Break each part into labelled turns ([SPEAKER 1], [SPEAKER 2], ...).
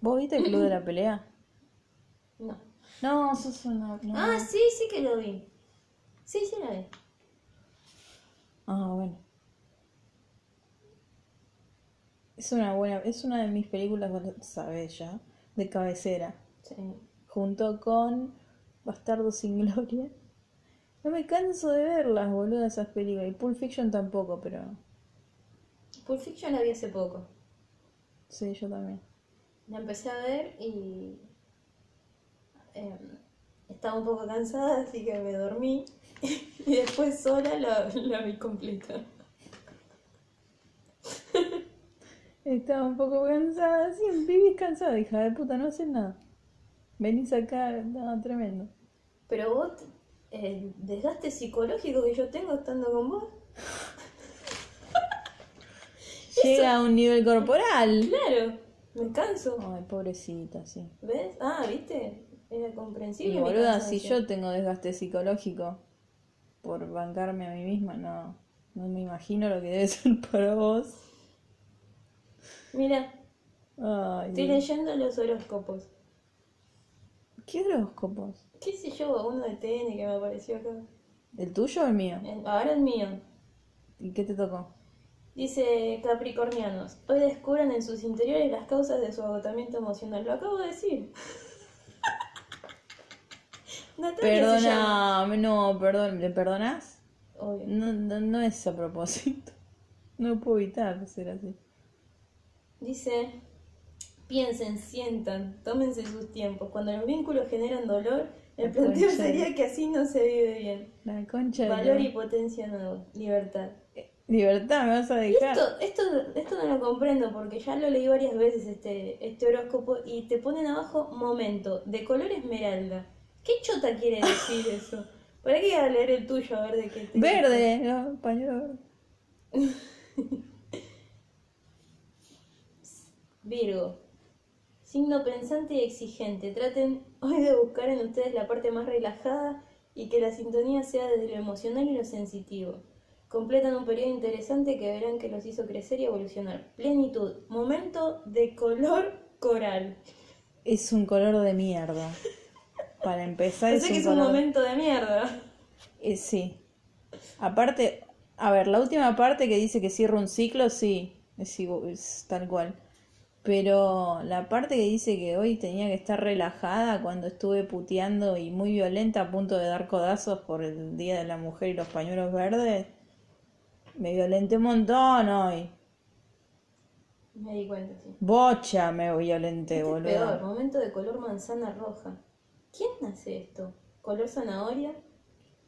[SPEAKER 1] ¿Vos viste el club de la pelea?
[SPEAKER 2] No.
[SPEAKER 1] No, sos una. no.
[SPEAKER 2] Ah, sí, sí que lo vi. Sí, sí lo vi.
[SPEAKER 1] Ah, bueno. Es una buena, es una de mis películas, vos lo sabés ya, de cabecera,
[SPEAKER 2] Sí.
[SPEAKER 1] junto con Bastardo sin Gloria. No me canso de verlas, boludo, esas películas. Y Pulp Fiction tampoco, pero
[SPEAKER 2] Pulp Fiction la vi hace poco.
[SPEAKER 1] sí, yo también.
[SPEAKER 2] La empecé a ver y. em, estaba un poco cansada, así que me dormí. y después sola la, la vi completa.
[SPEAKER 1] Estaba un poco cansada, sí, vivís cansada, hija de puta, no haces nada. Venís acá, no, tremendo.
[SPEAKER 2] Pero vos, el desgaste psicológico que yo tengo estando con vos.
[SPEAKER 1] Llega a un nivel corporal.
[SPEAKER 2] Claro, me canso.
[SPEAKER 1] Ay, pobrecita, sí.
[SPEAKER 2] ¿Ves? Ah, ¿viste? Era comprensible.
[SPEAKER 1] Y
[SPEAKER 2] mi
[SPEAKER 1] boluda, si
[SPEAKER 2] cansancio.
[SPEAKER 1] yo tengo desgaste psicológico por bancarme a mí misma, no, no me imagino lo que debe ser para vos.
[SPEAKER 2] Mira,
[SPEAKER 1] Ay,
[SPEAKER 2] estoy leyendo los horóscopos.
[SPEAKER 1] ¿Qué horóscopos?
[SPEAKER 2] ¿Qué sé yo? Uno de TN que me apareció acá.
[SPEAKER 1] ¿El tuyo o el mío?
[SPEAKER 2] El- Ahora el mío.
[SPEAKER 1] ¿Y qué te tocó?
[SPEAKER 2] Dice Capricornianos, hoy descubran en sus interiores las causas de su agotamiento emocional. Lo acabo de decir. Natalia se llama.
[SPEAKER 1] Perdona, no, perdón, ¿le perdonás?
[SPEAKER 2] Obvio.
[SPEAKER 1] No, no, no es a propósito. No puedo evitar ser así.
[SPEAKER 2] Dice, piensen, sientan, tómense sus tiempos. Cuando los vínculos generan dolor, el
[SPEAKER 1] La
[SPEAKER 2] planteo
[SPEAKER 1] concha de-
[SPEAKER 2] sería que así no se vive bien.
[SPEAKER 1] La concha de la-
[SPEAKER 2] Valor y potencia nuevo, libertad.
[SPEAKER 1] Libertad, me vas a dejar.
[SPEAKER 2] Esto, esto, esto no lo comprendo porque ya lo leí varias veces este, este horóscopo y te ponen abajo momento, de color esmeralda. ¿Qué chota quiere decir eso? Por ahí voy a leer el tuyo a ver de qué te
[SPEAKER 1] Verde, no, pañuelo verde.
[SPEAKER 2] Virgo. Signo pensante y exigente. Traten hoy de buscar en ustedes la parte más relajada y que la sintonía sea desde lo emocional y lo sensitivo. Completan un periodo interesante que verán que los hizo crecer y evolucionar. Plenitud. Momento de color coral.
[SPEAKER 1] Es un color de mierda. Para empezar,
[SPEAKER 2] Pensé que es un
[SPEAKER 1] color de-
[SPEAKER 2] momento de mierda.
[SPEAKER 1] Eh, sí. Aparte, a ver, la última parte que dice que cierra un ciclo, sí, es, igu- es tal cual. Pero la parte que dice que hoy tenía que estar relajada cuando estuve puteando y muy violenta a punto de dar codazos por el Día de la Mujer y los pañuelos verdes, me violenté un montón hoy.
[SPEAKER 2] Me di cuenta, sí.
[SPEAKER 1] Bocha me violenté,
[SPEAKER 2] Este es
[SPEAKER 1] boludo.
[SPEAKER 2] peor, momento de color manzana roja. ¿Quién hace esto? ¿Color zanahoria?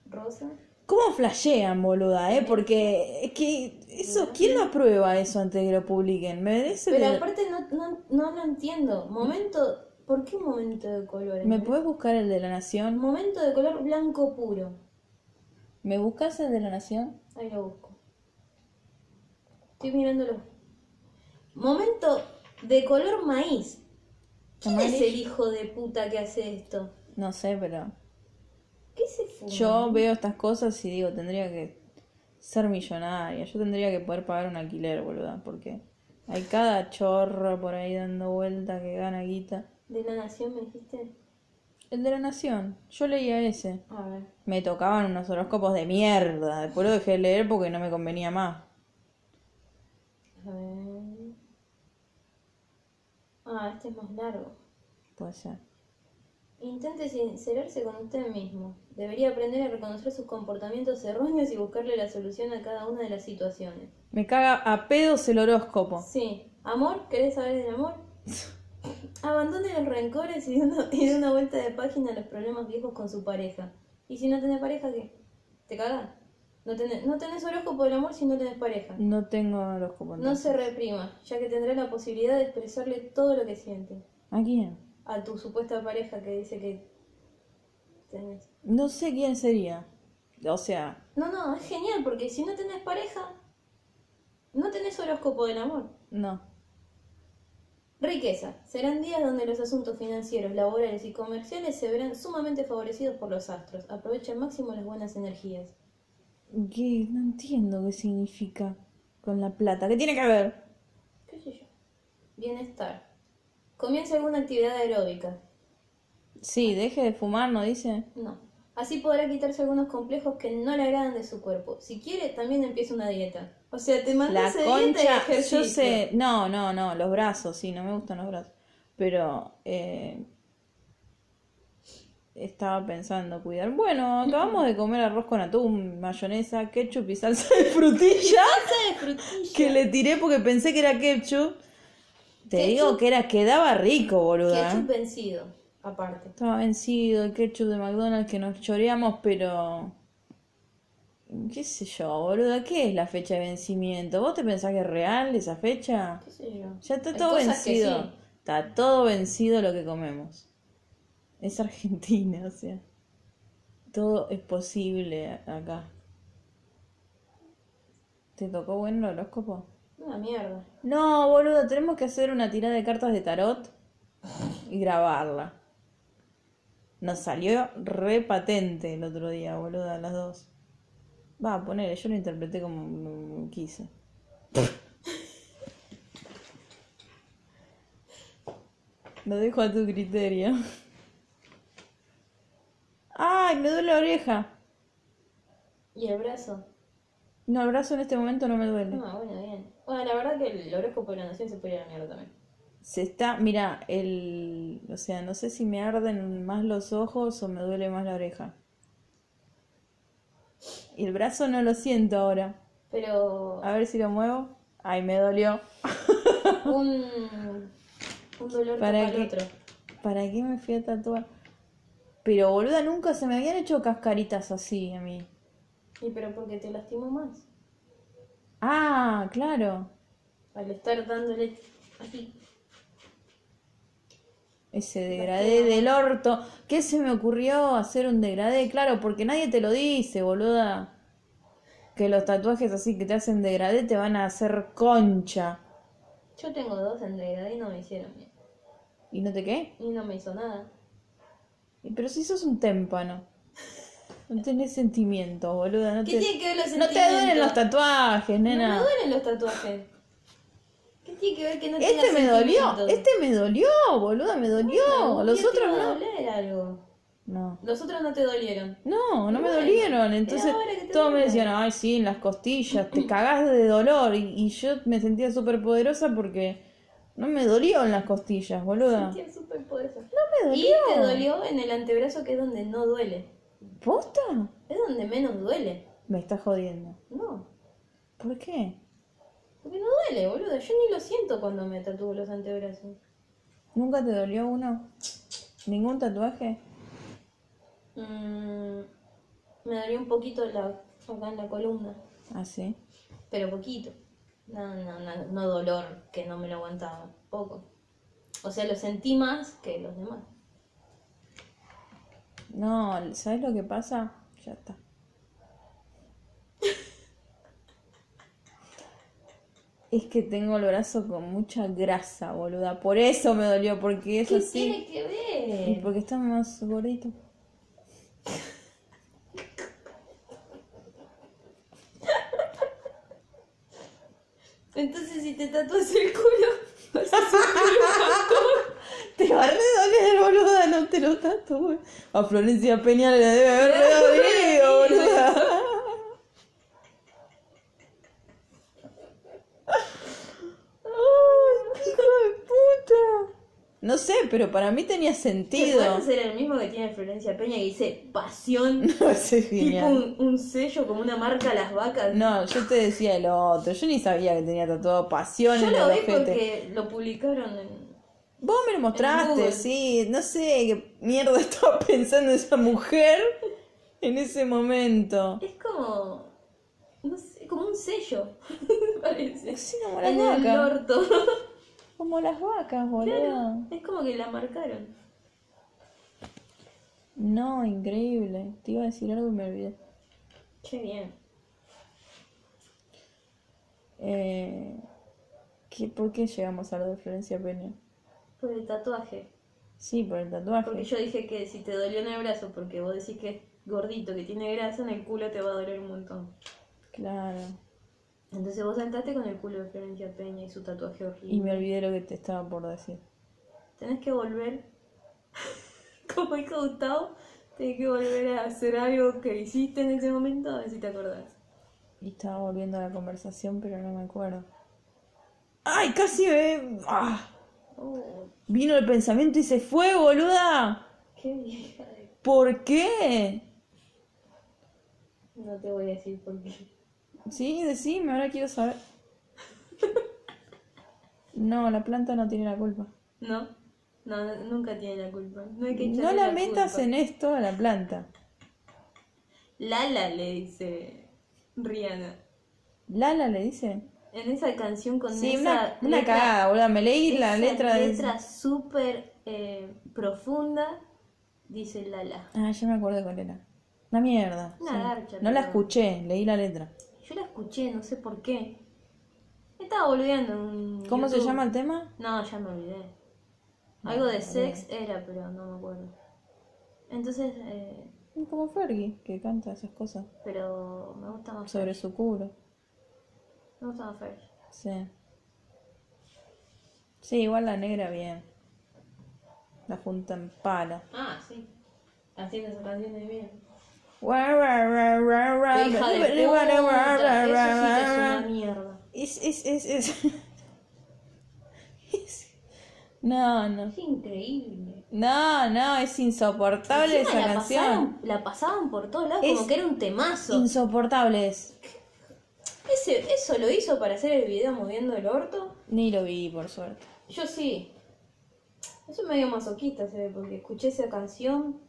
[SPEAKER 2] ¿Rosa?
[SPEAKER 1] ¿Cómo flashean, boluda, eh? Porque es que eso, ¿quién lo aprueba eso antes de que lo publiquen? Me merece
[SPEAKER 2] Pero
[SPEAKER 1] de-
[SPEAKER 2] aparte no, no, no lo entiendo. Momento. ¿Por qué un momento de color?
[SPEAKER 1] ¿Me puedes buscar el de la Nación?
[SPEAKER 2] Momento de color blanco puro.
[SPEAKER 1] ¿Me buscas el de la Nación?
[SPEAKER 2] Ahí lo busco. Estoy mirándolo. Momento de color maíz. ¿Quién es
[SPEAKER 1] Amarillo.
[SPEAKER 2] el hijo de puta que hace esto?
[SPEAKER 1] No sé, pero
[SPEAKER 2] ¿Qué se fuma?
[SPEAKER 1] yo veo estas cosas y digo, tendría que ser millonaria. Yo tendría que poder pagar un alquiler, boluda, porque hay cada chorro por ahí dando vuelta que gana guita.
[SPEAKER 2] ¿De la nación me dijiste?
[SPEAKER 1] El de la Nación, yo leía ese.
[SPEAKER 2] A ver.
[SPEAKER 1] Me tocaban unos horóscopos de mierda. Después lo dejé de leer porque no me convenía más.
[SPEAKER 2] A ver. Ah, este es más largo.
[SPEAKER 1] Puede ser.
[SPEAKER 2] Intente sincerarse con usted mismo. Debería aprender a reconocer sus comportamientos erróneos y buscarle la solución a cada una de las situaciones.
[SPEAKER 1] Me caga a pedos el horóscopo.
[SPEAKER 2] Sí. ¿Amor? ¿Querés saber del amor? Abandone los rencores y de, una, y de una vuelta de página a los problemas viejos con su pareja. ¿Y si no tenés pareja, qué? ¿Te cagás? No tenés, no tenés horóscopo del amor si no tenés pareja.
[SPEAKER 1] No tengo horóscopo.
[SPEAKER 2] No
[SPEAKER 1] entonces.
[SPEAKER 2] se reprima, ya que tendrá la posibilidad de expresarle todo lo que siente.
[SPEAKER 1] ¿A quién?
[SPEAKER 2] A tu supuesta pareja que dice que tenés.
[SPEAKER 1] No sé quién sería. O sea,
[SPEAKER 2] No, no, es genial porque si no tenés pareja, no tenés horóscopo del amor.
[SPEAKER 1] no.
[SPEAKER 2] Riqueza. Serán días donde los asuntos financieros, laborales y comerciales se verán sumamente favorecidos por los astros. Aprovecha al máximo las buenas energías.
[SPEAKER 1] ¿Qué? No entiendo qué significa con la plata. ¿Qué tiene que ver?
[SPEAKER 2] ¿Qué sé yo? Bienestar. Comience alguna actividad aeróbica.
[SPEAKER 1] Sí, deje de fumar, ¿no dice?
[SPEAKER 2] No. Así podrá quitarse algunos complejos que no le agradan de su cuerpo. Si quiere, también empieza una dieta. O sea, te
[SPEAKER 1] La
[SPEAKER 2] mandas a dieta y
[SPEAKER 1] concha,
[SPEAKER 2] ejercicio.
[SPEAKER 1] yo sé, no, no, no, los brazos, sí, no me gustan los brazos, pero eh, estaba pensando cuidar. Bueno, acabamos de comer arroz con atún, mayonesa, ketchup y salsa de frutilla
[SPEAKER 2] Salsa de frutilla.
[SPEAKER 1] que le tiré porque pensé que era ketchup. Te
[SPEAKER 2] Ketchup.
[SPEAKER 1] digo que era quedaba rico, boluda. ¿eh?
[SPEAKER 2] Ketchup vencido, aparte.
[SPEAKER 1] Estaba vencido el ketchup de McDonald's que nos choreamos, pero. ¿Qué sé yo, boluda? ¿Qué es la fecha de vencimiento? ¿Vos te pensás que es real esa fecha?
[SPEAKER 2] ¿Qué sé yo?
[SPEAKER 1] Ya está
[SPEAKER 2] Hay
[SPEAKER 1] todo
[SPEAKER 2] cosas que
[SPEAKER 1] vencido.
[SPEAKER 2] sí.
[SPEAKER 1] Está todo vencido lo que comemos. Es Argentina, o sea. Todo es posible a- acá. ¿Te tocó bueno el horóscopo?
[SPEAKER 2] Una mierda.
[SPEAKER 1] No, boludo, tenemos que hacer una tirada de cartas de tarot y grabarla. Nos salió re patente el otro día, boluda, las dos. Va, a poner, yo lo interpreté como mm, quise. Lo dejo a tu criterio. ¡Ay, me duele la oreja!
[SPEAKER 2] ¿Y el brazo?
[SPEAKER 1] No, el brazo en este momento no me duele.
[SPEAKER 2] No, bueno, bien. Bueno, la verdad que el horóscopo de la nación se puede ir a la mierda también.
[SPEAKER 1] Se está, mira, el, o sea, no sé si me arden más los ojos o me duele más la oreja. Y el brazo no lo siento ahora.
[SPEAKER 2] Pero
[SPEAKER 1] A ver si lo muevo. Ay, me dolió.
[SPEAKER 2] un, un dolor
[SPEAKER 1] ¿Para
[SPEAKER 2] para el
[SPEAKER 1] qué?
[SPEAKER 2] otro.
[SPEAKER 1] ¿Para qué me fui a tatuar? Pero boluda, nunca se me habían hecho cascaritas así a mí.
[SPEAKER 2] Y pero porque te lastimó más.
[SPEAKER 1] Ah, claro.
[SPEAKER 2] Al estar dándole aquí.
[SPEAKER 1] Ese degradé del orto. ¿Qué se me ocurrió hacer un degradé? Claro, porque nadie te lo dice, boluda. Que los tatuajes así que te hacen degradé te van a hacer concha.
[SPEAKER 2] Yo tengo dos en realidad y no me hicieron bien.
[SPEAKER 1] ¿Y no te qué?
[SPEAKER 2] Y no me hizo nada.
[SPEAKER 1] Y Pero si sos un témpano. No tenés sentimientos, boluda. No
[SPEAKER 2] ¿Qué
[SPEAKER 1] te,
[SPEAKER 2] tiene que ver los
[SPEAKER 1] no te duelen los
[SPEAKER 2] sentimientos?
[SPEAKER 1] tatuajes,
[SPEAKER 2] No
[SPEAKER 1] nena.
[SPEAKER 2] me duelen los tatuajes. ¿Qué tiene que ver que no
[SPEAKER 1] este
[SPEAKER 2] tenga
[SPEAKER 1] me dolió.
[SPEAKER 2] sentimientos?
[SPEAKER 1] Este me dolió, boluda, me dolió.
[SPEAKER 2] Algún
[SPEAKER 1] los
[SPEAKER 2] día te
[SPEAKER 1] otros
[SPEAKER 2] va a
[SPEAKER 1] no.
[SPEAKER 2] doler algo.
[SPEAKER 1] No.
[SPEAKER 2] Los otros no te dolieron.
[SPEAKER 1] No, no me
[SPEAKER 2] Bueno,
[SPEAKER 1] dolieron.
[SPEAKER 2] pero
[SPEAKER 1] Entonces
[SPEAKER 2] ahora que te
[SPEAKER 1] todos me
[SPEAKER 2] duelen.
[SPEAKER 1] decían, ay, sí, en las costillas, te cagás de dolor. Y, y yo me sentía súper poderosa porque no me dolió en las costillas, boluda.
[SPEAKER 2] Sentía súper poderosa.
[SPEAKER 1] No me
[SPEAKER 2] Y
[SPEAKER 1] dolió.
[SPEAKER 2] te dolió en el antebrazo que es donde no duele.
[SPEAKER 1] ¿Posta?
[SPEAKER 2] Es donde menos duele.
[SPEAKER 1] Me está jodiendo.
[SPEAKER 2] No.
[SPEAKER 1] ¿Por qué?
[SPEAKER 2] Porque no duele, boludo. Yo ni lo siento cuando me tatúo los antebrazos.
[SPEAKER 1] ¿Nunca te dolió uno? ¿Ningún tatuaje?
[SPEAKER 2] Mm, me dolió un poquito la, acá en la columna.
[SPEAKER 1] Ah, sí.
[SPEAKER 2] Pero poquito. No, no, no, no dolor, que no me lo aguantaba. Poco. O sea, lo sentí más que los demás.
[SPEAKER 1] No, ¿sabes lo que pasa? Ya está. Es que tengo el brazo con mucha grasa, boluda. Por eso me dolió, porque es
[SPEAKER 2] ¿Qué
[SPEAKER 1] así.
[SPEAKER 2] tiene que
[SPEAKER 1] Y
[SPEAKER 2] ver?
[SPEAKER 1] porque está más gordito.
[SPEAKER 2] Entonces, si te tatúas el culo, vas a ser-
[SPEAKER 1] Te va a redoler, boluda, no te lo tatúes. A Florencia Peña le debe haber redolido, boluda. ¡Ay, hijo de puta! No sé, pero para mí tenía
[SPEAKER 2] Te
[SPEAKER 1] sentido.
[SPEAKER 2] puedes hacer el mismo que tiene Florencia Peña que dice pasión.
[SPEAKER 1] Eso es
[SPEAKER 2] Tipo
[SPEAKER 1] genial.
[SPEAKER 2] un, un sello como una marca a las vacas.
[SPEAKER 1] No, yo te decía el otro. Yo ni sabía que tenía tatuado pasión
[SPEAKER 2] Yo
[SPEAKER 1] en el
[SPEAKER 2] lo vi
[SPEAKER 1] ojete.
[SPEAKER 2] porque lo publicaron en.
[SPEAKER 1] Vos me lo
[SPEAKER 2] En
[SPEAKER 1] mostraste,
[SPEAKER 2] Google.
[SPEAKER 1] sí. No sé qué mierda estaba pensando esa mujer en ese momento.
[SPEAKER 2] Es como. No sé, como un sello. parece.
[SPEAKER 1] Sí, como las
[SPEAKER 2] en el
[SPEAKER 1] vacas.
[SPEAKER 2] orto.
[SPEAKER 1] Como las vacas, boludo.
[SPEAKER 2] Claro, es como que la marcaron.
[SPEAKER 1] No, increíble. Te iba a decir algo y me olvidé.
[SPEAKER 2] Qué bien.
[SPEAKER 1] Eh, ¿qué- ¿Por qué llegamos a lo de Florencia Peña?
[SPEAKER 2] Por el tatuaje.
[SPEAKER 1] Sí, por el tatuaje.
[SPEAKER 2] Porque yo dije que si te dolió en el brazo, porque vos decís que es gordito, que tiene grasa, en el culo te va a doler un montón.
[SPEAKER 1] Claro.
[SPEAKER 2] Entonces vos saltaste con el culo de Florencia Peña y su tatuaje horrible.
[SPEAKER 1] Y me olvidé lo que te estaba por decir.
[SPEAKER 2] tenés que volver, como dijo Gustavo, tenés que volver a hacer algo que hiciste en ese momento, a ver si te acordás.
[SPEAKER 1] Y estaba volviendo a la conversación, pero no me acuerdo. ¡Ay, casi ve! ¡Ah!
[SPEAKER 2] Oh,
[SPEAKER 1] Vino el pensamiento y se fue, boluda.
[SPEAKER 2] qué vieja de-
[SPEAKER 1] ¿Por qué?
[SPEAKER 2] No te voy a decir por qué.
[SPEAKER 1] Sí, decime, ahora quiero saber. No, la planta no tiene la culpa.
[SPEAKER 2] No, no, no- nunca tiene la culpa. No hay que
[SPEAKER 1] No
[SPEAKER 2] echarle
[SPEAKER 1] la metas
[SPEAKER 2] culpa.
[SPEAKER 1] en esto a la planta.
[SPEAKER 2] Lala le dice Rihanna.
[SPEAKER 1] Lala le dice.
[SPEAKER 2] En esa canción con
[SPEAKER 1] Sí,
[SPEAKER 2] esa
[SPEAKER 1] una, una
[SPEAKER 2] letra-
[SPEAKER 1] cagada, boluda. Me leí la
[SPEAKER 2] esa
[SPEAKER 1] letra de.
[SPEAKER 2] letra súper eh, profunda, dice Lala.
[SPEAKER 1] Ah, ya me acuerdo cuál era. Una mierda.
[SPEAKER 2] Una
[SPEAKER 1] sí.
[SPEAKER 2] garcha,
[SPEAKER 1] No la
[SPEAKER 2] pero-
[SPEAKER 1] escuché, leí la letra.
[SPEAKER 2] Yo la escuché, no sé por qué. Estaba volviendo en
[SPEAKER 1] ¿Cómo se
[SPEAKER 2] YouTube.
[SPEAKER 1] llama el tema?
[SPEAKER 2] No, ya me olvidé. Algo de sex era, pero no me acuerdo. Entonces, eh,
[SPEAKER 1] Como Fergie, que canta esas cosas.
[SPEAKER 2] pero me gusta más
[SPEAKER 1] Sobre su culo.
[SPEAKER 2] Fresh. Me gusta más Fresh.
[SPEAKER 1] Sí. Sí, igual la negra bien. La junta en pala.
[SPEAKER 2] Ah, sí. Haciendo esa canción de bien. Qué hija de puta, eso sí que es una
[SPEAKER 1] Es,
[SPEAKER 2] mierda.
[SPEAKER 1] es, es, es. Es- No, no.
[SPEAKER 2] Es increíble.
[SPEAKER 1] No, no, es insoportable
[SPEAKER 2] Encima
[SPEAKER 1] esa
[SPEAKER 2] la
[SPEAKER 1] canción.
[SPEAKER 2] Pasaban, la pasaban por todos lados
[SPEAKER 1] Es
[SPEAKER 2] como que era un temazo.
[SPEAKER 1] Insoportable es.
[SPEAKER 2] Ese, eso lo hizo para hacer el video moviendo el orto.
[SPEAKER 1] Ni lo vi, por suerte.
[SPEAKER 2] Yo sí. Eso medio masoquista se ve, porque escuché esa canción,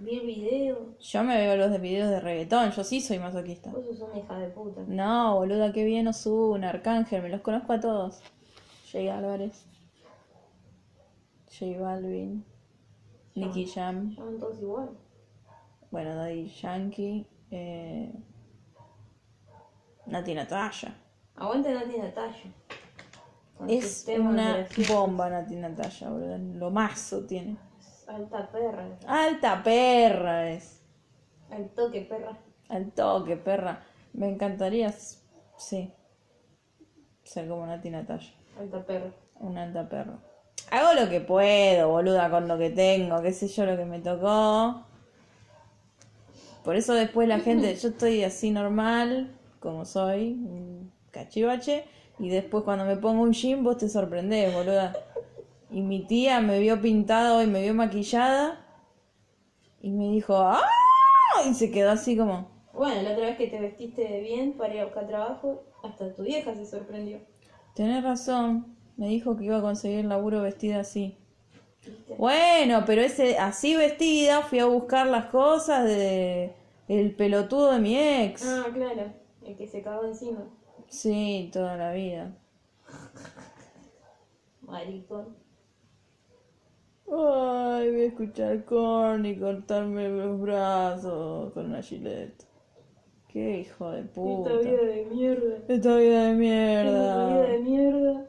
[SPEAKER 2] vi el video.
[SPEAKER 1] Yo me veo los de videos de reggaetón, yo sí soy masoquista.
[SPEAKER 2] Vos sos una hija de puta.
[SPEAKER 1] No, boluda, qué bien Ozuna, Arcángel, me los conozco a todos. Jay Álvarez, J Balvin, Nicky Jam,
[SPEAKER 2] Llaman todos igual.
[SPEAKER 1] bueno, Daddy Yankee, eh... Nati Natasha.
[SPEAKER 2] Aguante Nati Natasha. Con sus
[SPEAKER 1] Es
[SPEAKER 2] temas de
[SPEAKER 1] una
[SPEAKER 2] la fiesta.
[SPEAKER 1] bomba Nati Natasha, boluda, lo mazo tiene.
[SPEAKER 2] Alta perra.
[SPEAKER 1] Alta perra es.
[SPEAKER 2] Al toque perra.
[SPEAKER 1] Al toque, perra. Me encantaría, s- sí, ser como Nati Natasha.
[SPEAKER 2] Alta perra.
[SPEAKER 1] Un alta perro. Hago lo que puedo, boluda, con lo que tengo, qué sé yo, lo que me tocó. Por eso después la gente, yo estoy así normal, como soy, un cachivache, y después cuando me pongo un jean vos te sorprendés, boluda. Y mi tía me vio pintado y me vio maquillada y me dijo, ¡ah! Y se quedó así como,
[SPEAKER 2] Bueno, la otra vez que te vestiste bien para ir a buscar trabajo, hasta tu vieja se sorprendió.
[SPEAKER 1] tenés razón, me dijo que iba a conseguir laburo vestida así.
[SPEAKER 2] ¿Viste?
[SPEAKER 1] Bueno, pero ese así vestida fui a buscar las cosas de el pelotudo de mi ex.
[SPEAKER 2] Ah, claro, el que se cagó encima.
[SPEAKER 1] Sí, toda la vida.
[SPEAKER 2] Maricón.
[SPEAKER 1] Ay, voy a escuchar corn y cortarme los brazos con una gileta. Qué hijo de puta.
[SPEAKER 2] Esta vida de mierda.
[SPEAKER 1] Esta vida de
[SPEAKER 2] Esta vida de
[SPEAKER 1] mierda.
[SPEAKER 2] mierda.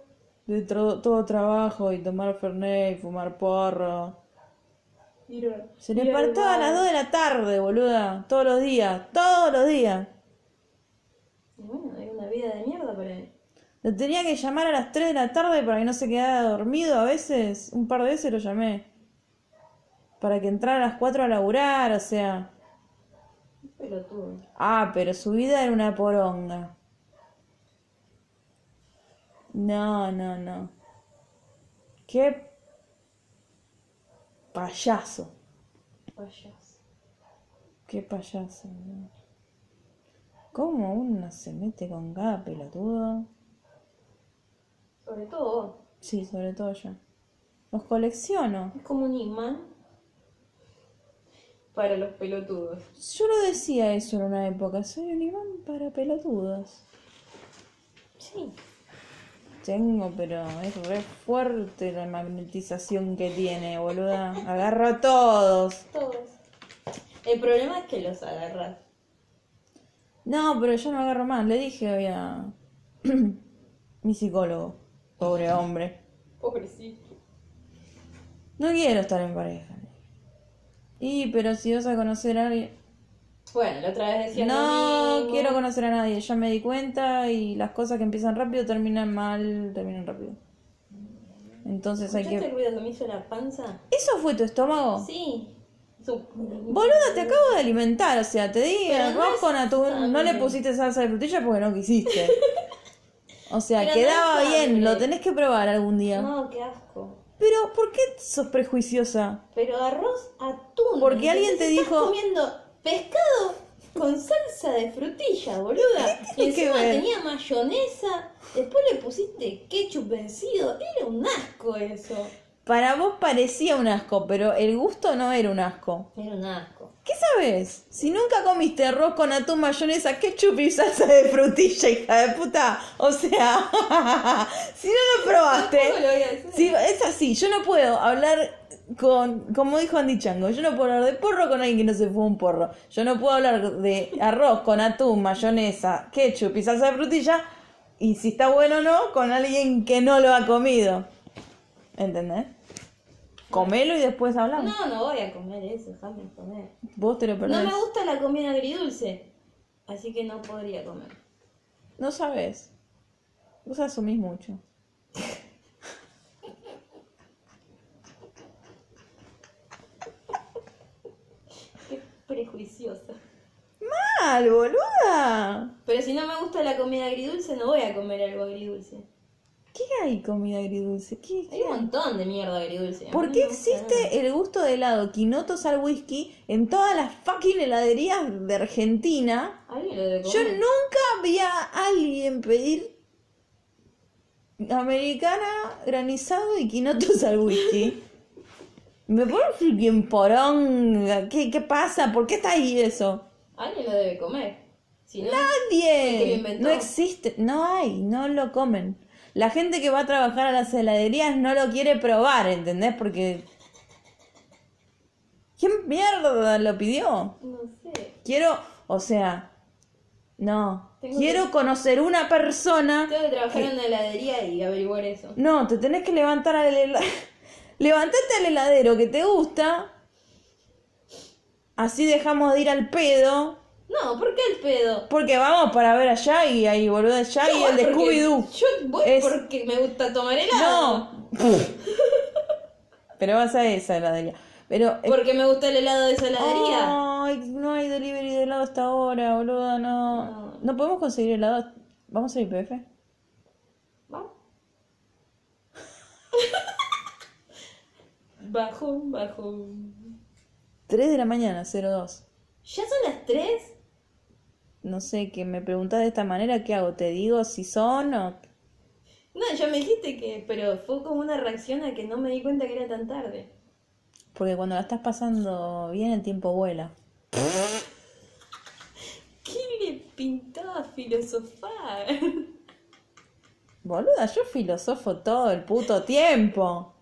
[SPEAKER 1] De tro- todo trabajo y tomar fernet y fumar porro.
[SPEAKER 2] Ir a-
[SPEAKER 1] Se le
[SPEAKER 2] ir al
[SPEAKER 1] partaba a
[SPEAKER 2] bar.
[SPEAKER 1] las 2 de la tarde, boluda. Todos los días, todos los días.
[SPEAKER 2] Y bueno, hay una vida de mierda para él.
[SPEAKER 1] Lo tenía que llamar a las 3 de la tarde para que no se quedara dormido a veces. Un par de veces lo llamé. Para que entrara a las 4 a laburar, o sea.
[SPEAKER 2] Pero tú.
[SPEAKER 1] Ah, pero su vida era una poronga. No, no, no. Qué payaso.
[SPEAKER 2] Payaso.
[SPEAKER 1] Qué payaso. ¿no? ¿Cómo uno se mete con cada pelotudo?
[SPEAKER 2] Sobre todo vos.
[SPEAKER 1] Sí, sobre todo yo. Los colecciono.
[SPEAKER 2] Es como un imán para los pelotudos.
[SPEAKER 1] Yo lo decía eso en una época, soy un imán para pelotudos.
[SPEAKER 2] Sí.
[SPEAKER 1] Tengo, pero es re fuerte la magnetización que tiene, boluda. Agarro a todos.
[SPEAKER 2] Todos. El problema es que los agarras.
[SPEAKER 1] No, pero yo no agarro más. Le dije hoy a mi psicólogo, pobre hombre.
[SPEAKER 2] Pobrecito.
[SPEAKER 1] No quiero estar en pareja. Y, pero si vas a conocer a alguien...
[SPEAKER 2] Bueno, la otra vez decía
[SPEAKER 1] No quiero conocer a nadie, ya me di cuenta y las cosas que empiezan rápido terminan mal, terminan rápido. Entonces hay
[SPEAKER 2] ¿Escuchaste el
[SPEAKER 1] que...
[SPEAKER 2] ruido que me hizo la panza?
[SPEAKER 1] ¿Eso fue tu estómago?
[SPEAKER 2] Sí. Su-
[SPEAKER 1] Boluda, te acabo de alimentar, o sea, te di
[SPEAKER 2] Pero no
[SPEAKER 1] arroz
[SPEAKER 2] es
[SPEAKER 1] con atún, no le
[SPEAKER 2] sangre.
[SPEAKER 1] pusiste salsa de frutilla porque no quisiste. O sea,
[SPEAKER 2] Pero no
[SPEAKER 1] quedaba
[SPEAKER 2] es
[SPEAKER 1] bien, lo
[SPEAKER 2] sangre.
[SPEAKER 1] tenés que probar algún día.
[SPEAKER 2] No, qué asco.
[SPEAKER 1] Pero, ¿por qué sos prejuiciosa?
[SPEAKER 2] Pero arroz atún.
[SPEAKER 1] Porque alguien te
[SPEAKER 2] Estás
[SPEAKER 1] dijo-
[SPEAKER 2] comiendo pescado con salsa de frutilla, boluda.
[SPEAKER 1] ¿Qué tiene
[SPEAKER 2] y
[SPEAKER 1] que
[SPEAKER 2] encima
[SPEAKER 1] ver?
[SPEAKER 2] tenía mayonesa. Después le pusiste ketchup vencido. Era un asco eso.
[SPEAKER 1] Para vos parecía un asco, pero el gusto no era un asco.
[SPEAKER 2] Era un asco.
[SPEAKER 1] ¿Qué sabes? Si nunca comiste arroz con atún, mayonesa, ketchup y salsa de frutilla, hija de puta. O sea, si no lo probaste.
[SPEAKER 2] ¿Cómo lo voy a decir?
[SPEAKER 1] Sí, es así, yo no puedo hablar con, como dijo Andy Chango, yo no puedo hablar de porro con alguien que no se fue un porro. Yo no puedo hablar de arroz con atún, mayonesa, ketchup y salsa de frutilla, y si está bueno o no, con alguien que no lo ha comido. ¿Entendés? Comelo y después hablamos.
[SPEAKER 2] No, no voy a comer eso, déjame de comer.
[SPEAKER 1] Vos te lo
[SPEAKER 2] No
[SPEAKER 1] perdés.
[SPEAKER 2] me gusta la comida agridulce. Así que no podría comer.
[SPEAKER 1] No sabes. Vos asumís mucho.
[SPEAKER 2] Qué prejuiciosa.
[SPEAKER 1] ¡Mal, boluda!
[SPEAKER 2] Pero si no me gusta la comida agridulce, no voy a comer algo agridulce.
[SPEAKER 1] ¿Qué hay comida agridulce? ¿Qué,
[SPEAKER 2] Hay
[SPEAKER 1] qué
[SPEAKER 2] un
[SPEAKER 1] hay?
[SPEAKER 2] montón de mierda agridulce. A
[SPEAKER 1] ¿Por
[SPEAKER 2] mí
[SPEAKER 1] qué
[SPEAKER 2] no me gusta nada.
[SPEAKER 1] existe el gusto de helado quinotos al whisky en todas las fucking heladerías de Argentina?
[SPEAKER 2] Alguien lo debe
[SPEAKER 1] Yo
[SPEAKER 2] comer.
[SPEAKER 1] nunca vi a alguien pedir americana, granizado y quinotos al whisky. ¿Me pones bien poronga? ¿Qué, ¿Qué pasa? ¿Por qué está ahí eso?
[SPEAKER 2] Alguien lo debe comer. Si no, El que lo
[SPEAKER 1] Nadie.
[SPEAKER 2] inventó.
[SPEAKER 1] No existe. No hay. No lo comen. La gente que va a trabajar a las heladerías no lo quiere probar, ¿entendés? Porque... ¿Quién mierda lo pidió?
[SPEAKER 2] no sé.
[SPEAKER 1] Quiero... O sea... No.
[SPEAKER 2] Tengo
[SPEAKER 1] Quiero conocer una persona...
[SPEAKER 2] Tengo que trabajar en una heladería y averiguar eso.
[SPEAKER 1] No, te tenés que levantar al heladero. Levantate al heladero que te gusta. Así dejamos de ir al pedo.
[SPEAKER 2] No, ¿por qué el pedo?
[SPEAKER 1] Porque vamos para ver a Shaggy ahí, boludo. de Shaggy,
[SPEAKER 2] Yo
[SPEAKER 1] el de
[SPEAKER 2] voy porque-
[SPEAKER 1] Scooby-Doo.
[SPEAKER 2] Yo voy
[SPEAKER 1] Es-
[SPEAKER 2] porque me gusta tomar helado.
[SPEAKER 1] No. Pero vas a esa heladería. Pero. eh,
[SPEAKER 2] Porque me gusta el helado de esa heladería.
[SPEAKER 1] Ay, no hay delivery de helado hasta ahora, boludo. No.
[SPEAKER 2] No.
[SPEAKER 1] No podemos conseguir helado. ¿Vamos a IPF?
[SPEAKER 2] Va. Bajón, bajón.
[SPEAKER 1] 3 de la mañana, 02.
[SPEAKER 2] ¿Ya son las 3?
[SPEAKER 1] No sé, que me preguntás de esta manera, ¿qué hago? ¿Te digo si son o.?
[SPEAKER 2] No, ya me dijiste que, pero fue como una reacción a que no me di cuenta que era tan tarde.
[SPEAKER 1] Porque cuando la estás pasando bien, el tiempo vuela.
[SPEAKER 2] ¿Qué le pintaba filosofar?
[SPEAKER 1] Boluda, yo filosofo todo el puto tiempo.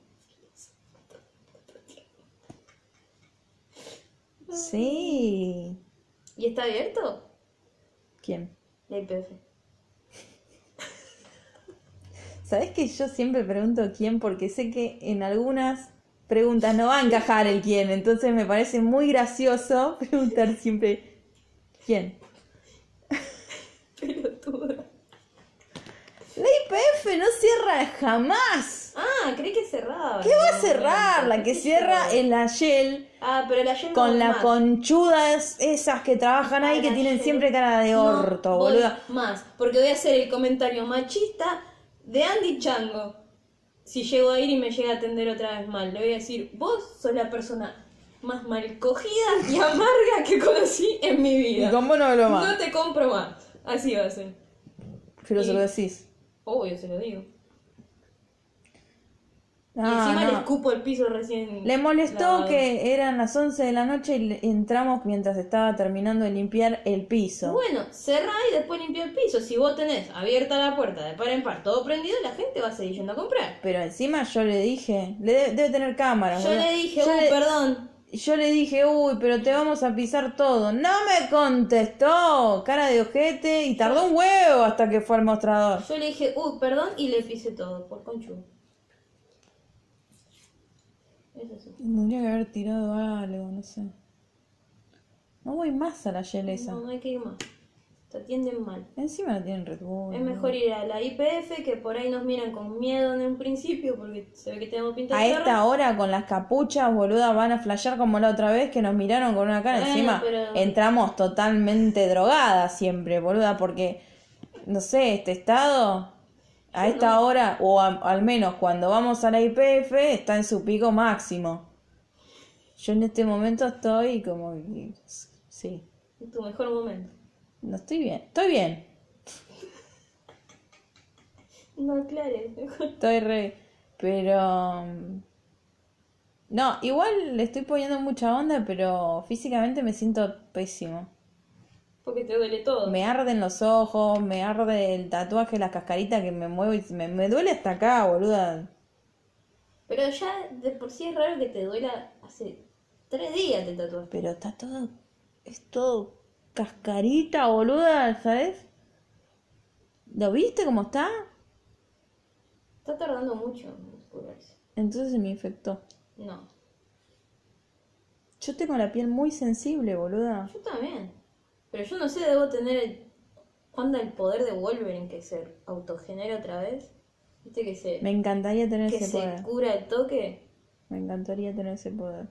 [SPEAKER 1] Sí.
[SPEAKER 2] ¿Y está abierto?
[SPEAKER 1] ¿Quién?
[SPEAKER 2] La IPF.
[SPEAKER 1] ¿Sabés que yo siempre pregunto quién? Porque sé que en algunas preguntas no va a encajar el quién. Entonces me parece muy gracioso preguntar siempre quién.
[SPEAKER 2] Pelotuda.
[SPEAKER 1] La IPF no cierra jamás.
[SPEAKER 2] Ah, creí que cerraba.
[SPEAKER 1] ¿Qué va a cerrar? La que cierra es la Shell.
[SPEAKER 2] Ah, pero la Shell no
[SPEAKER 1] Con
[SPEAKER 2] va
[SPEAKER 1] las
[SPEAKER 2] más.
[SPEAKER 1] conchudas esas que trabajan ahí
[SPEAKER 2] Ay,
[SPEAKER 1] que
[SPEAKER 2] la
[SPEAKER 1] tienen
[SPEAKER 2] Shell.
[SPEAKER 1] siempre cara de
[SPEAKER 2] No
[SPEAKER 1] orto,
[SPEAKER 2] voy
[SPEAKER 1] boluda.
[SPEAKER 2] Más, porque voy a hacer el comentario machista de Andy Chango. Si llego a ir y me llega a atender otra vez mal, le voy a decir, vos sos la persona más mal cogida y amarga que conocí en mi vida.
[SPEAKER 1] Y con vos no hablo
[SPEAKER 2] No
[SPEAKER 1] más.
[SPEAKER 2] te compro más. Así va a ser.
[SPEAKER 1] Pero se
[SPEAKER 2] y-
[SPEAKER 1] lo decís.
[SPEAKER 2] Obvio, se lo digo. y
[SPEAKER 1] Ah,
[SPEAKER 2] encima
[SPEAKER 1] no.
[SPEAKER 2] le escupo el piso recién.
[SPEAKER 1] Le molestó
[SPEAKER 2] lavado.
[SPEAKER 1] que eran las 11 de la noche y le- entramos mientras estaba terminando de limpiar el piso.
[SPEAKER 2] Bueno, cerrá y después limpia el piso. Si vos tenés abierta la puerta de par en par, todo prendido, la gente va a seguir yendo a comprar.
[SPEAKER 1] Pero encima yo le dije, le de- debe tener cámara.
[SPEAKER 2] Yo le dije,
[SPEAKER 1] yo,
[SPEAKER 2] uh,
[SPEAKER 1] le-
[SPEAKER 2] perdón.
[SPEAKER 1] yo le dije, uy, pero te vamos a pisar todo. No me contestó, cara de ojete, y tardó un huevo hasta que fue al mostrador.
[SPEAKER 2] Yo le dije, uh, perdón, y le pisé todo, por conchudo. Eso sí.
[SPEAKER 1] Tendría que haber tirado algo, no sé. No voy más a la yelesa.
[SPEAKER 2] No, no hay que ir más. Está Te atienden mal.
[SPEAKER 1] Encima no tienen Red Bull.
[SPEAKER 2] Es mejor ir a la IPF que por ahí nos miran con miedo en un principio porque se ve que tenemos pinta de
[SPEAKER 1] A
[SPEAKER 2] chorro.
[SPEAKER 1] esta hora con las capuchas, boluda, van a flashear como la otra vez que nos miraron con una cara.
[SPEAKER 2] Bueno,
[SPEAKER 1] Encima
[SPEAKER 2] pero-
[SPEAKER 1] entramos totalmente drogadas siempre, boluda, porque, no sé, este estado, a esta hora, o a- al menos cuando vamos a la IPF, está en su pico máximo. Yo en este momento estoy como... que- Sí,
[SPEAKER 2] Es tu mejor momento.
[SPEAKER 1] no estoy bien. Estoy bien.
[SPEAKER 2] No, claro, es mejor.
[SPEAKER 1] Estoy re. Pero. mm, No, igual le estoy poniendo mucha onda, pero físicamente me siento pésimo.
[SPEAKER 2] Porque te duele todo.
[SPEAKER 1] Me arden los ojos, me arde el tatuaje, las cascaritas que me muevo y me, me duele hasta acá, boluda.
[SPEAKER 2] Pero ya de por sí es raro que te duela hace tres días te tatuaste.
[SPEAKER 1] Pero está todo. Es todo cascarita, boluda, ¿sabes? ¿Lo viste cómo está?
[SPEAKER 2] Está tardando mucho en curarse.
[SPEAKER 1] Entonces se me infectó.
[SPEAKER 2] No.
[SPEAKER 1] Yo tengo la piel muy sensible, boluda.
[SPEAKER 2] Yo también. Pero yo no sé, debo tener el- onda el poder de Wolverine que se autogenera otra vez. Viste que se,
[SPEAKER 1] Me encantaría tener
[SPEAKER 2] que
[SPEAKER 1] ese
[SPEAKER 2] se
[SPEAKER 1] poder.
[SPEAKER 2] cura el toque.
[SPEAKER 1] Me encantaría tener ese poder.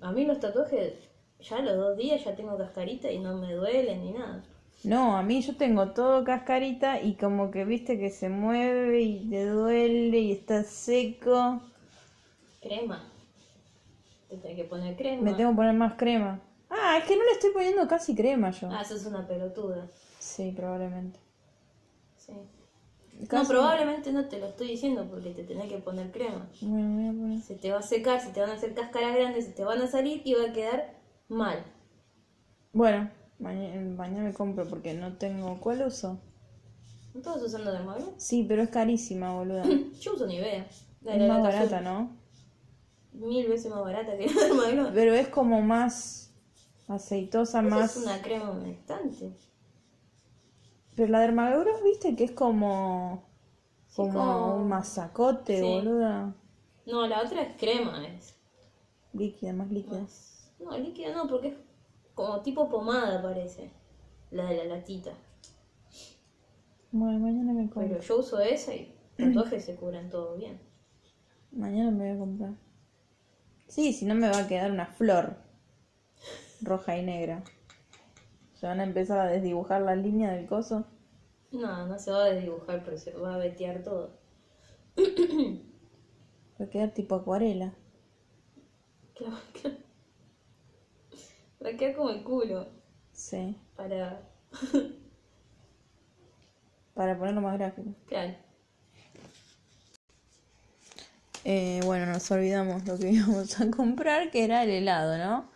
[SPEAKER 2] A mí los tatuajes, ya a los dos días ya tengo cascarita y no me duelen ni nada.
[SPEAKER 1] No, a mí yo tengo todo cascarita y como que viste que se mueve y te duele y está seco.
[SPEAKER 2] Crema. Te tenés que poner crema.
[SPEAKER 1] Me tengo que poner más crema. Ah, es que no le estoy poniendo casi crema yo.
[SPEAKER 2] Ah, eso es una pelotuda.
[SPEAKER 1] Sí, probablemente.
[SPEAKER 2] Sí. No,
[SPEAKER 1] Casi-
[SPEAKER 2] probablemente no te lo estoy diciendo porque te tenés que poner crema.
[SPEAKER 1] Bueno, me voy a poner.
[SPEAKER 2] Se te va a secar, se te van a hacer cáscaras grandes, se te van a salir y va a quedar mal.
[SPEAKER 1] Bueno, maña- mañana me compro porque no tengo. ¿Cuál uso?
[SPEAKER 2] ¿No todos usando dermabrón?
[SPEAKER 1] Sí, pero es carísima, boluda.
[SPEAKER 2] Yo uso Nivea. La de
[SPEAKER 1] Es
[SPEAKER 2] la
[SPEAKER 1] más
[SPEAKER 2] lata azul.
[SPEAKER 1] barata, ¿no?
[SPEAKER 2] Mil veces más barata que la dermabrón.
[SPEAKER 1] Pero es como más aceitosa,
[SPEAKER 2] Más...
[SPEAKER 1] más.
[SPEAKER 2] Es una crema humectante.
[SPEAKER 1] Pero la dermaguros, viste, que es como.
[SPEAKER 2] Sí,
[SPEAKER 1] Como,
[SPEAKER 2] como-
[SPEAKER 1] un masacote,
[SPEAKER 2] Sí.
[SPEAKER 1] boluda.
[SPEAKER 2] No, la otra es crema. Es
[SPEAKER 1] Líquida, más líquida.
[SPEAKER 2] más... No, líquida no, porque es como tipo pomada parece. La de la latita.
[SPEAKER 1] Bueno, mañana me compro.
[SPEAKER 2] Pero yo uso esa y los tatuajes se curan todo bien.
[SPEAKER 1] Mañana me voy a comprar. Sí, si no me va a quedar una flor roja y negra. Se van a empezar a desdibujar la línea del coso.
[SPEAKER 2] No, no se va a desdibujar, pero se va a vetear todo.
[SPEAKER 1] Va a quedar tipo acuarela.
[SPEAKER 2] Claro, claro. Va a quedar como el culo
[SPEAKER 1] Sí,
[SPEAKER 2] para...
[SPEAKER 1] para ponerlo más gráfico.
[SPEAKER 2] Claro.
[SPEAKER 1] Eh, bueno, nos olvidamos lo que íbamos a comprar, que era el helado, ¿no?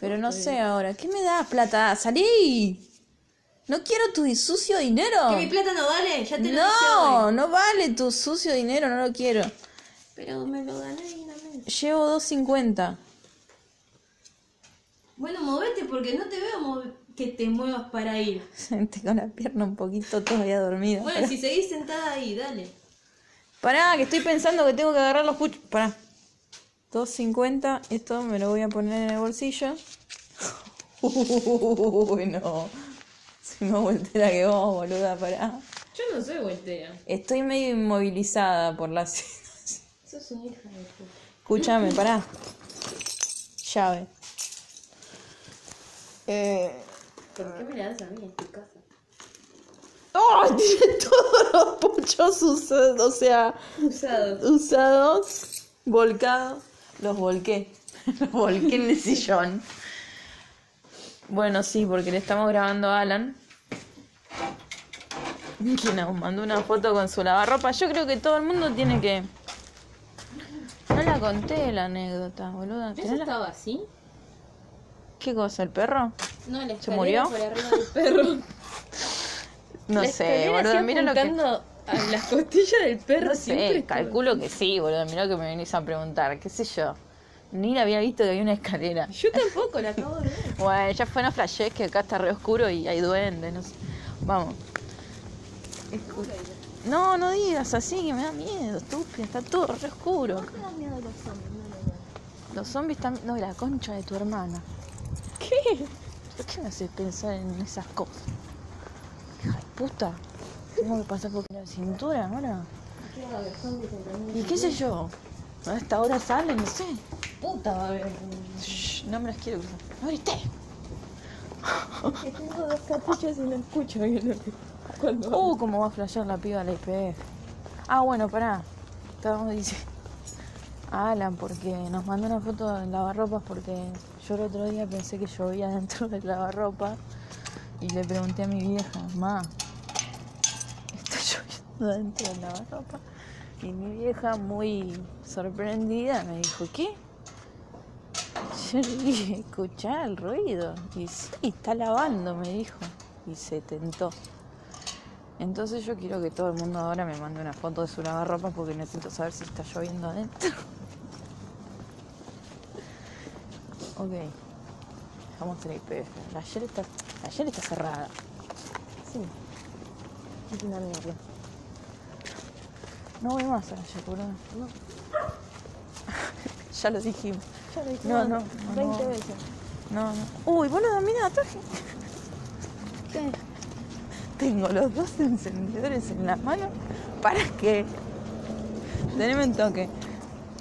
[SPEAKER 1] Pero no sé ahora. ¿Qué me das, plata? ¡Salí! ¡No quiero tu sucio dinero!
[SPEAKER 2] Que mi plata no vale, ya te lo dije hoy.
[SPEAKER 1] No, no vale tu sucio dinero, no lo quiero.
[SPEAKER 2] Pero me lo gané dignamente.
[SPEAKER 1] Llevo 2.50.
[SPEAKER 2] Bueno, movete porque no te veo mov- que te muevas para ir.
[SPEAKER 1] Tengo la pierna un poquito todavía dormida.
[SPEAKER 2] Bueno, si seguís sentada ahí, dale.
[SPEAKER 1] Pará, que estoy pensando que tengo que agarrar los puchos. Pará. 2.50, esto me lo voy a poner en el bolsillo. Uy, no. Soy más voltera que vos, boluda, pará.
[SPEAKER 2] Yo no soy voltera.
[SPEAKER 1] Estoy medio inmovilizada por la situación.
[SPEAKER 2] Sos una hija de puta.
[SPEAKER 1] Escúchame, pará. Llave. Eh...
[SPEAKER 2] ¿Por qué me la das a mí en tu casa?
[SPEAKER 1] ¡Oh! Tiré todos los puchos usados, o sea,
[SPEAKER 2] Usado.
[SPEAKER 1] usados, volcados. Los volqué. Los volqué en el sillón. Bueno, sí, porque le estamos grabando a Alan. Que nos mandó una foto con su lavarropa. Yo creo que todo el mundo tiene que. No la conté la anécdota, boluda.
[SPEAKER 2] ¿Eso
[SPEAKER 1] ¿Tenés la-
[SPEAKER 2] estaba así?
[SPEAKER 1] ¿Qué cosa? ¿El perro?
[SPEAKER 2] No, la escalera
[SPEAKER 1] ¿Se murió?
[SPEAKER 2] por arriba del perro.
[SPEAKER 1] No
[SPEAKER 2] La
[SPEAKER 1] sé,
[SPEAKER 2] escalera
[SPEAKER 1] boluda.
[SPEAKER 2] hacía
[SPEAKER 1] Mira lo que.
[SPEAKER 2] apuntando a las costillas del perro
[SPEAKER 1] No
[SPEAKER 2] siempre
[SPEAKER 1] sé,
[SPEAKER 2] estuvo.
[SPEAKER 1] calculo que sí, boludo. Mirá que me venís a preguntar, qué sé yo. Ni la había visto que había una escalera.
[SPEAKER 2] Yo tampoco la acabo de ver.
[SPEAKER 1] Bueno, ya fue, no flashees que acá está re oscuro y hay duendes, no sé. Vamos. No, no digas así, que me da miedo, estúpida. Está todo re oscuro.
[SPEAKER 2] te da miedo los zombies? No,
[SPEAKER 1] Los zombies también... No, y la concha de tu hermana. ¿Qué? ¿Por qué me haces pensar en esas cosas? puta. Tengo que pasar por la cintura ahora. Y qué sé yo. A esta hora sale, no sé.
[SPEAKER 2] Puta, va a haber.
[SPEAKER 1] Shh, no me las quiero cruzar. No grité.
[SPEAKER 2] Que tengo dos capuchas y no escucho bien. Cuando
[SPEAKER 1] Uh, cómo va a flashear la piba la IPF. Ah, bueno, pará. Estábamos diciendo a Alan porque nos mandó una foto del lavarropas porque yo el otro día pensé que llovía dentro del lavarropa y le pregunté a mi vieja, ma, está lloviendo dentro del lavarropa. Y mi vieja, muy sorprendida, me dijo, ¿qué? Yo le dije, escuchá el ruido. Y sí, está lavando, me dijo. Y se tentó. Entonces yo quiero que todo el mundo ahora me mande una foto de su lavarropas porque necesito saber si está lloviendo adentro. Ok. Vamos a la IPF. La ayer está, la ayer está cerrada. Sí. Es una mierda. No voy más a la ayer, boludo. No. ya lo dijimos.
[SPEAKER 2] Ya lo dije
[SPEAKER 1] No, no, no,
[SPEAKER 2] 20
[SPEAKER 1] no.
[SPEAKER 2] veces.
[SPEAKER 1] No, no. Uy, boludo, mira, traje.
[SPEAKER 2] ¿Qué?
[SPEAKER 1] Tengo los dos encendedores en la mano. ¿Para qué? Teneme un toque.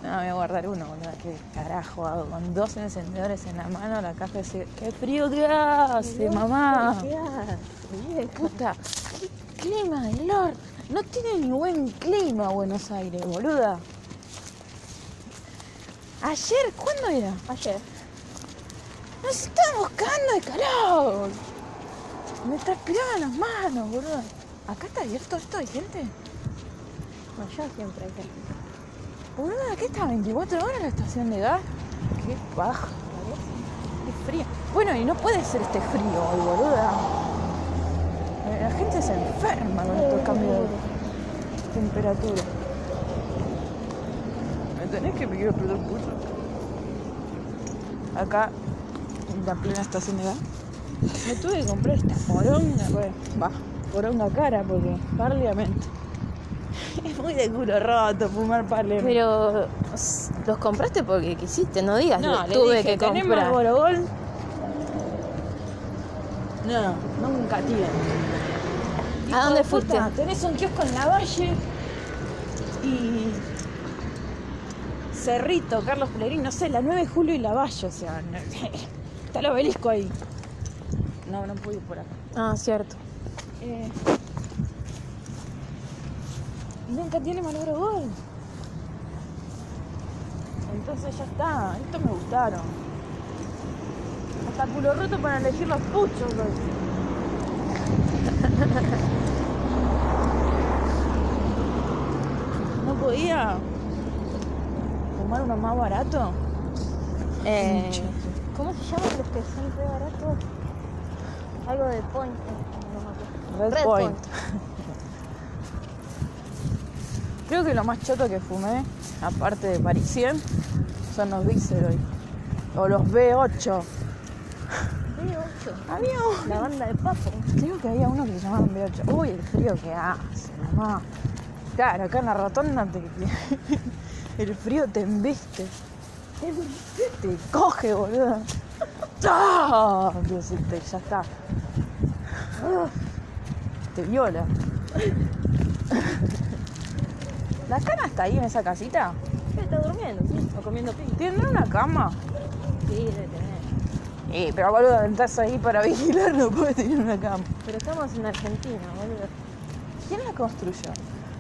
[SPEAKER 1] No, voy a guardar uno, boludo. ¿Qué carajo hago? Con dos encendedores en la mano, la caja dice, ¡qué frío que hace, mamá!
[SPEAKER 2] ¿Qué haces, vieja?
[SPEAKER 1] Puta, qué clima de Lord. No tiene ni buen clima Buenos Aires, boluda. Ayer, ¿cuándo era?
[SPEAKER 2] Ayer.
[SPEAKER 1] Nos estamos cagando de calor. Me transpiraban las manos, boludo. ¿Acá está abierto esto de gente?
[SPEAKER 2] Allá siempre hay que.
[SPEAKER 1] Boludo, ¿qué está? ¿24 horas la estación de gas? Qué paja. Qué frío. Bueno, y no puede ser este frío hoy, boluda. La gente se enferma con estos cambios de temperatura. Me tenés que pedir perdón, puto. Acá, en la plena estación de gas. Me tuve que comprar esta poronga, pues, va, poronga cara, porque Parliament. Es muy de culo roto fumar Parliament.
[SPEAKER 2] Pero s- los compraste porque quisiste, no digas.
[SPEAKER 1] No,
[SPEAKER 2] "Lo
[SPEAKER 1] le
[SPEAKER 2] tuve
[SPEAKER 1] dije,
[SPEAKER 2] que comprar.
[SPEAKER 1] Borogol? No, nunca tienen.
[SPEAKER 2] ¿A dónde fuiste?
[SPEAKER 1] tenés un kiosco en la valle y. Cerrito, Carlos Pellegrini, no sé, la 9 de julio y la valle, o sea, no- está el obelisco ahí. No, no pude ir por acá.
[SPEAKER 2] Ah, cierto.
[SPEAKER 1] Eh, nunca tiene Malboro Gold. Entonces ya está, estos me gustaron. Hasta culo roto para elegir los puchos. güey. No podía tomar uno más barato.
[SPEAKER 2] Eh,
[SPEAKER 1] Pinche.
[SPEAKER 2] ¿Cómo se llaman los que son re baratos? Algo de point. no me acuerdo.
[SPEAKER 1] Red,
[SPEAKER 2] Red
[SPEAKER 1] Point.
[SPEAKER 2] Point.
[SPEAKER 1] Creo que lo más choto que fumé, aparte de Parisien, son los Viceroy. O los B8. Había un-
[SPEAKER 2] La banda de papo.
[SPEAKER 1] Creo que había uno que se llamaban B8. Uy, el frío que hace, mamá. Claro, acá en la rotonda te... el frío te embiste. Te coge, boludo. ¡Ah! Dios, te- ya está. Ah, Te viola. ¿La cama está ahí en esa casita?
[SPEAKER 2] ¿Qué está durmiendo? ¿O comiendo pizza?
[SPEAKER 1] ¿Tienen una cama?
[SPEAKER 2] Sí, debe tener.
[SPEAKER 1] Eh, pero boludo, estás ahí para vigilar, no puedes tener una cama.
[SPEAKER 2] Pero estamos en Argentina, boludo.
[SPEAKER 1] ¿Quién la construyó?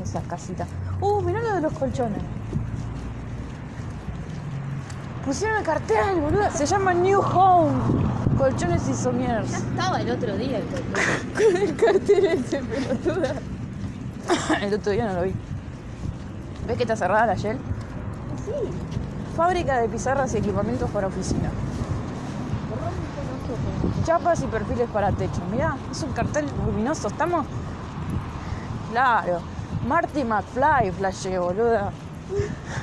[SPEAKER 1] Esas casitas. Uh, mirá lo de los colchones. Pusieron el cartel, boludo. Se llama New Home. Colchones y somiers.
[SPEAKER 2] Estaba el otro día.
[SPEAKER 1] Con el cartel ese, pelotuda. el otro día no lo vi. ¿Ves que está cerrada la Shell? Sí. Fábrica de pizarras y equipamientos para oficina. Chapas y perfiles para techo. Mirá, es un cartel luminoso. ¿Estamos? Claro. Marty McFly, flashe, boluda.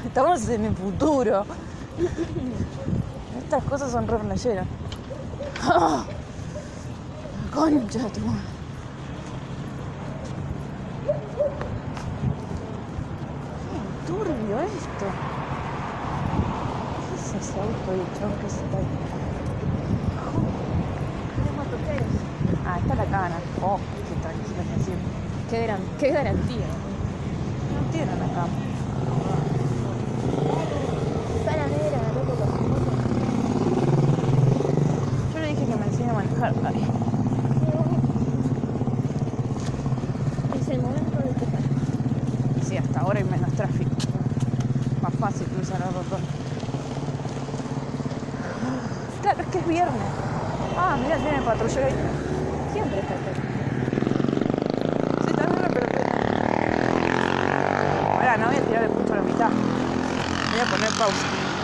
[SPEAKER 1] Estamos en el futuro. Estas cosas son re flasheras. Concha de tu madre. Qué turbio esto. ¿Qué es ese auto de chon que se está ahí? Ju. Ah, está la cana. Oh, qué está para que se las reciba.
[SPEAKER 2] Qué, gran, qué garantía.
[SPEAKER 1] No tienen acá.
[SPEAKER 2] Panadera, loco, con-
[SPEAKER 1] Yo le dije que me enseñe a manejar. Ay,
[SPEAKER 2] Es el momento de tocar.
[SPEAKER 1] sí, hasta ahora hay menos tráfico. Más fácil cruzar los rotondas. Claro, es que es viernes. Ah, mira, tiene patrullero ahí. este.
[SPEAKER 2] Siempre está acá.
[SPEAKER 1] Sí, está bien, pero. Ahora no voy a tirar el punto a la mitad. Voy a poner pausa.